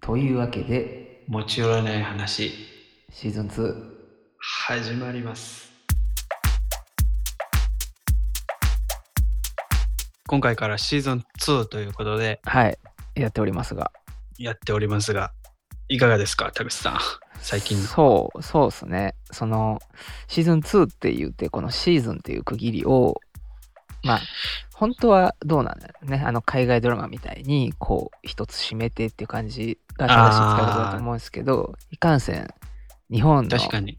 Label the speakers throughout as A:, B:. A: というわけで、
B: 持ち寄らない話
A: シーズン2、
B: 始まります今回からシーズン2ということで
A: はい、やっておりますが。
B: やっておりますがいかがですか田口さん最近の
A: そう、そうですね。その、シーズン2って言って、このシーズンっていう区切りを、まあ、本当はどうなんだろうね。あの、海外ドラマみたいに、こう、一つ締めてっていう感じが正しい使い方だと思うんですけど、いかんせん、日本の
B: 確かに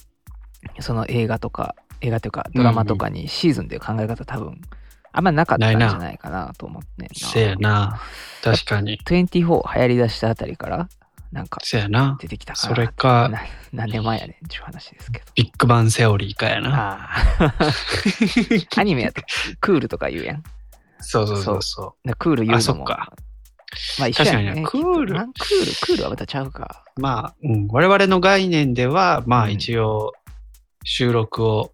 A: その映画とか、映画というか、ドラマとかにシーズンっていう考え方多分、あんまなかったんじゃないかなと思ってんな
B: せやな確かに
A: 24流行り出したあたりから、なんか
B: せやな
A: 出てきたから。
B: それか
A: な何年前やねんっていう話ですけど。
B: ビッグバンセオリーかや な
A: ああ。アニメやとクールとか言うやん。だか
B: そうそうそうそ
A: らクール言うのも。
B: あそっか。
A: まあ一緒やね
B: 確かになク
A: きっ
B: ール
A: となクール、クールはまたちゃうか。
B: うまあ、うん、我々の概念では
A: う
B: まあ
A: ん
B: 一応収録を、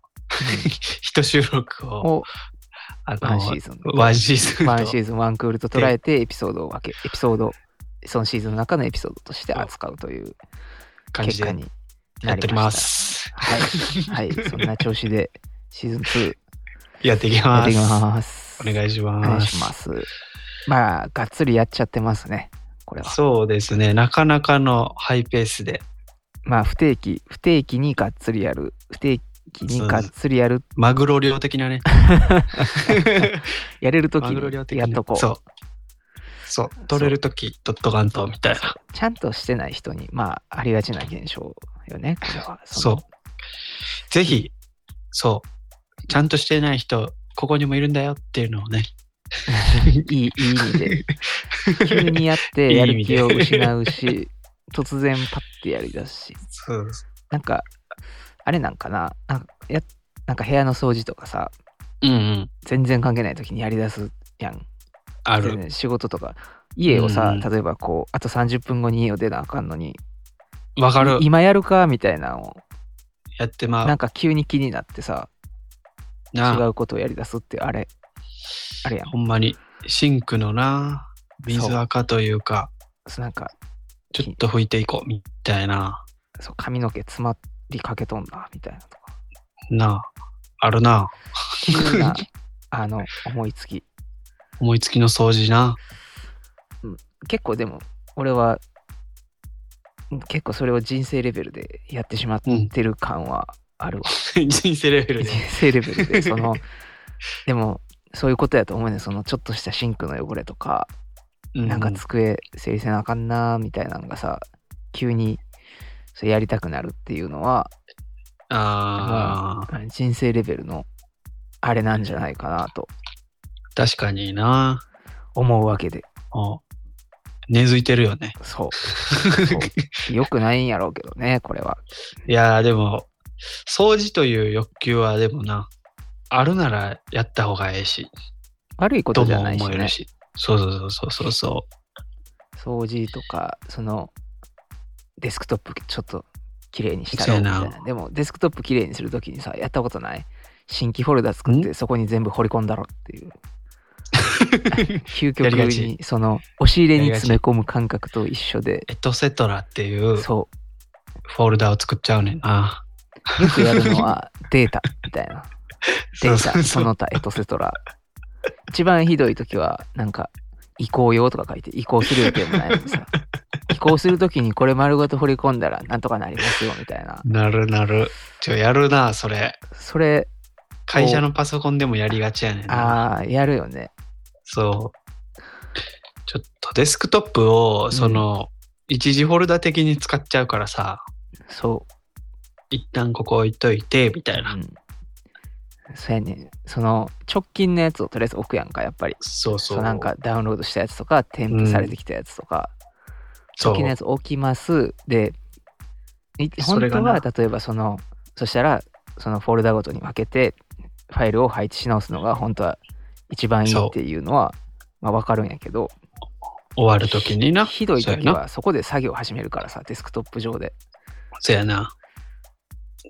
B: 一収録を
A: を
B: あの
A: ワンシーズン。
B: ワンシーズンと
A: ワンシーズン、ワンクールと捉えてエピソードを分け、エピソード、そのシーズンの中のエピソードとして扱うという
B: 感じ
A: 結果
B: で
A: に
B: や
A: な
B: って
A: り
B: おり
A: ま
B: ま
A: した。
B: す。
A: はい。はい。そんな調子でシーズン2
B: やっていき
A: やっ
B: ま
A: てい
B: す。
A: きます。
B: お願いし
A: お
B: ます。
A: 願いします。まあ、がっつりやっちゃってますね、これは。
B: そうですね、なかなかのハイペースで、
A: まあ、不定期、不定期にがっつりやる、不定期にがっつりやる、
B: マグロ漁的な ね。
A: やれる時
B: マグロ漁
A: に
B: 的
A: や
B: な。
A: っとこう。
B: そう。そう、取れるとき、取っとかんと、みたいな。
A: ちゃんとしてない人に、まあ、ありがちな現象よね、これは。
B: そ
A: の
B: う。。ぜひ、そう、ちゃんとしてない人、ここにもいるんだよっていうのをね。
A: いい、いい意味 で。急にやって、やる気を失うし、突然パッてやりだすし、
B: そう
A: なんか、あれなんかな、なんかやなんか部屋の掃除とかさ、
B: うんうん。
A: 全然関係ない時にやりだすやん。
B: あ
A: 全
B: る。
A: 然仕事とか家をさ、
B: うん
A: 例えばこうあと30分後に家を出なあかんのに
B: わかる。
A: 今やるかみたいなのを
B: やってま
A: な
B: あ
A: んか急に気になってさ違
B: なあ。
A: うことをやりだすってあれあれやん
B: ほんまに、シンクのな、水垢というか、
A: そうなんか
B: ちょっと拭いていこう、みたいな。
A: そう髪の毛詰まりかけとんなみたいなとか
B: なあ、あるな。
A: 急なあの思いつき
B: 思いつきの掃除な。
A: 結構でも俺はうん結構それを人生レベルでやってしまってる感はあるわ、
B: 人生レベル
A: 人
B: で。
A: 生レベルで そのでもそういうことやと思うねんそのちょっとしたシンクの汚れとかなんか机整理せなあかんなーみたいなのがさ急にそれやりたくなるっていうのは
B: ああ、
A: うん人生レベルのあれなんじゃないかなと
B: 確かにな。
A: 思うわけで
B: お根付いてるよね。
A: そう よくないんやろうけどねこれはい
B: やー、でも、掃除という欲求は、でもな、あるならやった方がええし、
A: 悪いこと
B: と
A: じ
B: も
A: ゃないし
B: 思え
A: ね
B: るし。そうそうそうそうそ
A: 掃除とかそのデスクトップちょっと綺麗にしたろうみたい
B: そう
A: なでもデスクトップ綺麗にするときにさやったことない新規フォルダ作ってそこに全部掘り込んだろって いう究極
B: やりが
A: に
B: ち
A: その押し入れに詰め込む感覚と一緒で
B: う。エトセトラっていうフ
A: そ
B: ォルダを作っちゃうねんな。
A: うよくやるのはデータみたいなデ
B: そう
A: ー
B: そ
A: タ
B: う
A: そ
B: そう
A: の他エトセトラ一番ひどいときはなんか移行用とか書いて移行する予定もないのに さ移行するときにこれ丸ごと掘り込んだらなんとかなりますよみたいな
B: なるなる。ちょ、やるな、それ。
A: それ、
B: 会社のパソコンでもやりがちやねんな。
A: ああ、やるよね。
B: そう。ちょっとデスクトップを、その、一時フォルダ的に使っちゃうからさ、
A: そう。
B: 一旦ここ置いといて、みたいうな。
A: ん。そうやねんその、直近のやつをとりあえず置くやんか、やっぱり。
B: そうそう。
A: そうなんか、ダウンロードしたやつとか、添付されてきたやつとか、
B: そう
A: 直近のやつ置きます。で、い
B: そ
A: 本
B: れ
A: 当
B: が
A: は
B: な
A: 例えばその、そしたら、そのフォルダごとに分けて、ファイルを配置し直すのが本当は一番いいっていうのは、まあ分かるんやけど、
B: 終わるときにな。
A: ひどい
B: そうや
A: 時
B: な。
A: はそこで作業を始めるからさ、デスクトップ上で。
B: そうやな。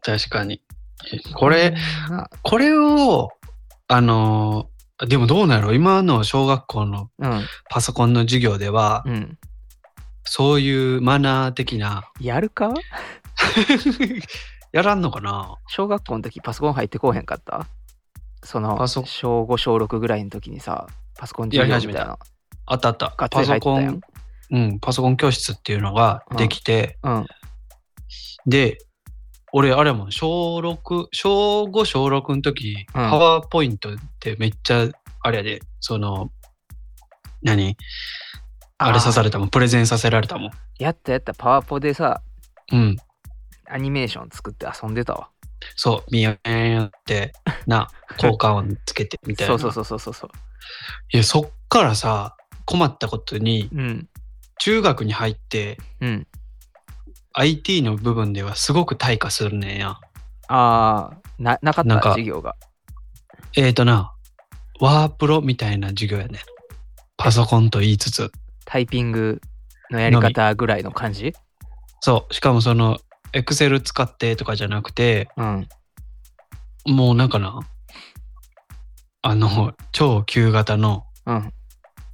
B: 確かに。これ、
A: うんな
B: これを、あのー、でもどうなんやろ今の小学校の
A: うん、
B: パソコンの授業では、
A: うん。
B: そういうマナー的な
A: やるか
B: やらんのかな
A: 小学校の時パソコン入ってこうへんかったその
B: パソ
A: 小5小6ぐらいの時にさパソコン授
B: やり
A: 業
B: 始
A: み
B: め
A: た
B: た
A: いな
B: あったあった
A: がっつ
B: パ
A: り入
B: ソ
A: ってた
B: コ
A: や
B: ン
A: ん、
B: うん、パソコン教室っていうのができて、
A: うん、
B: で俺あれやもん小6小5小6の時、
A: うん
B: パワーポイントってめっちゃあれやでその何あれさされたもんプレゼンさせられたもん
A: やったやったパワポでさ
B: うん
A: アニメーション作って遊んでたわ
B: そう見え んってな効果音つけてみたいな
A: そうそうそうそうそうそ
B: いやそっからさ困ったことに
A: ううん
B: 中学に入って
A: うん
B: IT の部分ではすごく退化するねんや
A: ああななかった
B: なんか
A: 授業が
B: えーとな、ワープロみたいな授業やね。パソコンと言いつつ。
A: タイピングのやり方ぐらいの感じ
B: そう、しかもその、エクセル使ってとかじゃなくて、
A: うん
B: もうなんかな、あの、超旧型の
A: うん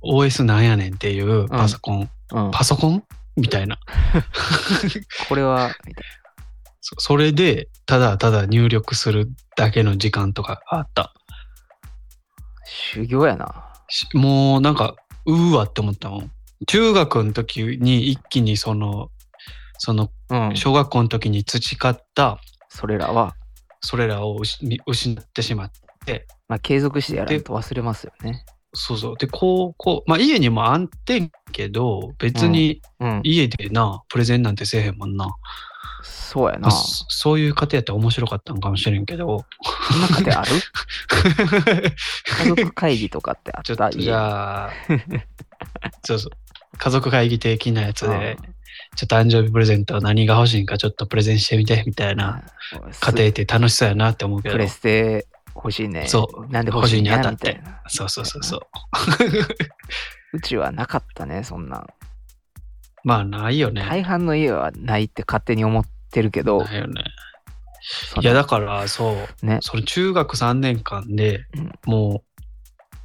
B: OS なんやねんっていうパソコン。
A: うん
B: パソコンみたいな。
A: これはみたい
B: そそれで、ただただ入力するだけの時間とかがあった。
A: な修行やな
B: しもうなんかうーわって思ったもん中学の時に一気にそのその
A: うん
B: 小学校の時に培った
A: それらは
B: それらを失み失ってしまって
A: まあ継続してやらんと忘れますよね
B: そうそうで高校まあ家にもあんてんけど別に
A: うん
B: 家でな、プレゼンなんてせえへんもんな
A: そうや
B: ま
A: な
B: あ
A: そ
B: そそういう家庭やったら面白かったんかもしれんけど
A: んな家庭ある家族会議とかってあっ
B: ちょったとじ ゃあそうそう家族会議的なやつでちょっと誕生日プレゼント何が欲しいんかちょっとプレゼンしてみてみたいな家庭
A: 家
B: って楽しそうやなって思うけ
A: プ
B: ど
A: レステ欲しいね
B: そう
A: なんで欲しいんや
B: 欲しいね
A: みたいな
B: そうそうそうそう
A: うちはなかったねそんなん
B: まあないよね、
A: 大半の家はないって勝手に思ってるけど
B: ないよね
A: その
B: いやだからそう、
A: ね
B: その中学3年間で
A: うん
B: もう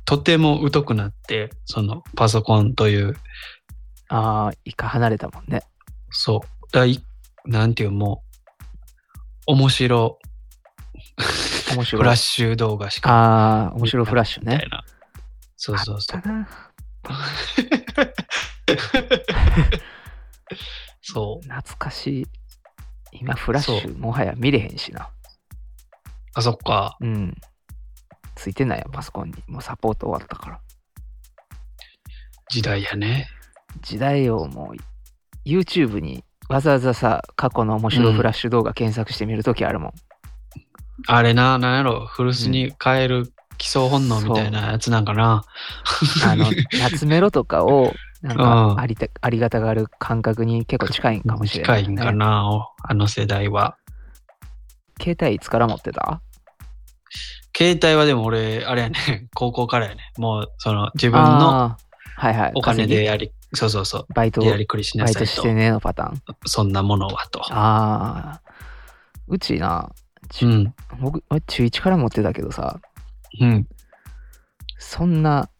B: とても疎くなってそのパソコンという
A: ああ一回離れたもんね
B: そうだいなんていうもう面白
A: 面白い
B: フラッシュ動画しか
A: ああ面白いフラッシュ
B: みた
A: ね
B: いなそうそうそう
A: あったな
B: そう
A: 懐かしい今フラッシュもはや見れへんしな
B: あそっか
A: うんついてないよパソコンにもうサポート終わったから
B: 時代やね
A: 時代をもう YouTube にわざわざさ過去の面白いフラッシュ動画検索してみるときあるもん、
B: あれな、なんやろ、古巣に変える基礎本能みたいなやつなんかな。
A: あ の夏メロとかをなん
B: う
A: か
B: ん
A: ありたありがたがる感覚に結構近いんかもしれな
B: 近
A: い、
B: いんかな、あの世代は。
A: 携帯いつから持ってた
B: 携帯はでも俺、あれやね、 高校からやね。もう、その、自分の
A: あーはいはい
B: お金
A: 稼
B: で
A: ぎ
B: やり、そうそうそう、
A: バイト
B: やりくりしな
A: バイ
B: さ
A: ト
B: い
A: し
B: と
A: て。ねのパターン
B: そんなものはと。
A: ああうちな
B: う
A: ち
B: ん、
A: 僕あ中1から持ってたけどさ
B: うん。
A: そんな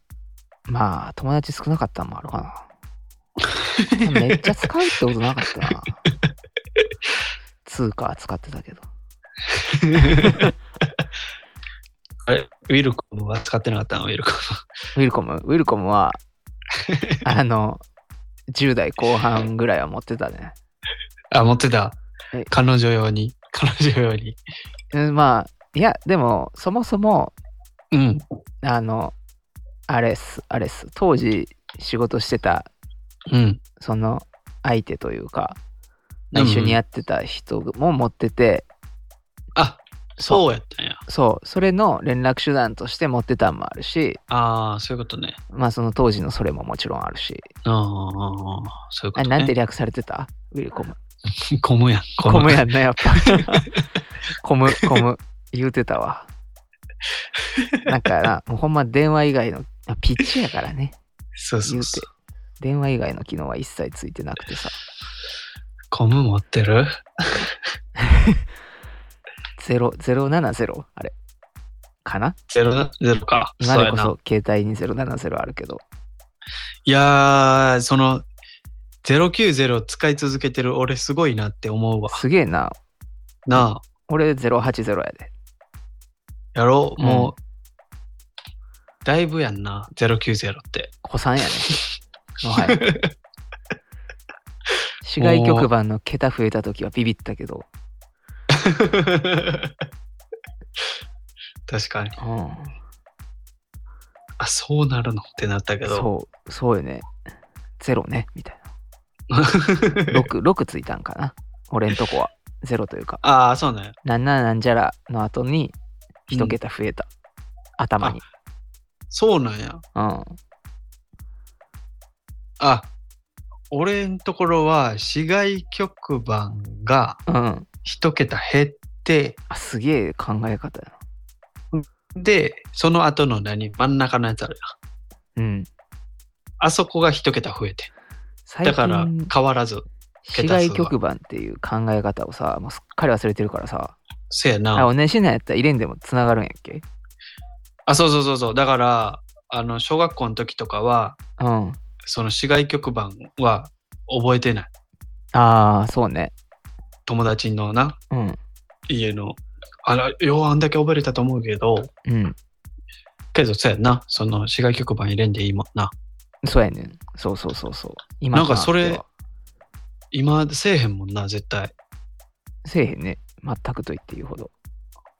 A: まあ友達少なかったのもあるかなめっちゃ使うってことなかったな通貨使ってたけど
B: あれ、ウィルコムは使ってなかったのウィルコム。
A: ウィルコムウィルコム はあの10代後半ぐらいは持ってたね
B: あ、持ってた
A: え。
B: 彼女用に。彼女用に。
A: うんまあいやでもそもそも
B: うん。
A: あのあれっすあれっす当時仕事してた
B: うん。
A: その相手というか、
B: うん
A: 一緒にやってた人も持ってて、
B: あ、そうやったんや。
A: そう、それの連絡手段として持ってたんもあるし、
B: ああ、そういうことね。
A: まあその当時のそれももちろんあるし、
B: ああ、そういうこ
A: あ
B: とね。
A: なんて略されてたウィルコム。
B: コムやん。コ
A: コムやんな、やっぱ。コム、コム、言うてたわ。なんかな、もうほんま電話以外の、あピッチやからね。
B: そうそうそう。
A: 電話以外の機能は一切ついてなくてさ、
B: コム持ってる
A: 0、070? あれ。かな
B: ゼロゼロか。
A: 今
B: そう
A: で
B: や
A: こ
B: な
A: そ携帯に070あるけど。
B: いやー、その、 090使い続けてる俺すごいなって思うわ。
A: すげえな。
B: な
A: 俺080やで。
B: あ、やろ
A: う
B: う、
A: ん
B: もう、だいぶやんな、090って。
A: 子さんや ね。もはや。市外局番の桁増えた時はビビったけど。
B: 確かに。
A: うん。
B: あ、そうなるのってなったけど。
A: そう、そうよね。ゼロね、みたい な。6、6ついたんかな。俺んとこは。ゼロというか。
B: ああ、そうね。
A: なんならなんじゃらの後に、一桁増えた。頭に。
B: そうなんや。
A: うん。
B: あ、俺のところは、市外局番が
A: うん。
B: 一桁減って、
A: あ、すげえ考え方や
B: で、その後の何真ん中のやつあるや
A: な。
B: ん。
A: うん。
B: あそこが一桁増えて。
A: 最
B: だから
A: 近、
B: 変わらず。
A: 市外局番っていう考え方をさ、もうすっかり忘れてるからさ。
B: せや
A: あ、
B: な。
A: 同じなんやったら入れんでもつながるんやっけ
B: あ、そうそうそうそう。だから、あの、小学校の時とかは、
A: うん。
B: その市外局番は覚えてない。
A: ああ、そうね。
B: 友達のな、
A: うん。
B: 家の。あら、ようあんだけ覚えれたと思うけど、
A: うん。
B: けど、せやな。その市外局番入れんでいいもんな。
A: そうやねん。そうそうそうそう。今
B: なんかそ
A: となっ
B: れ
A: ては、
B: 今せえへんもんな、絶対。
A: せえへんね。全くと言っていいほど。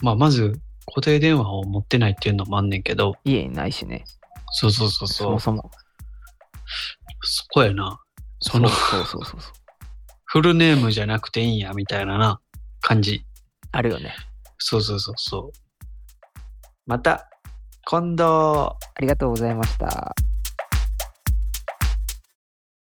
B: まあ、まず、固定電話を持ってないっていうのもあんねんけど、
A: 家にないしね。
B: そうそうそう
A: そ
B: そう
A: も。そも。
B: そこやな。その、
A: そうそうそうそう。
B: フルネームじゃなくていいんや、みたいなな、感じ。
A: あるよね。
B: そうそうそうそう。また、今度。
A: ありがとうございました。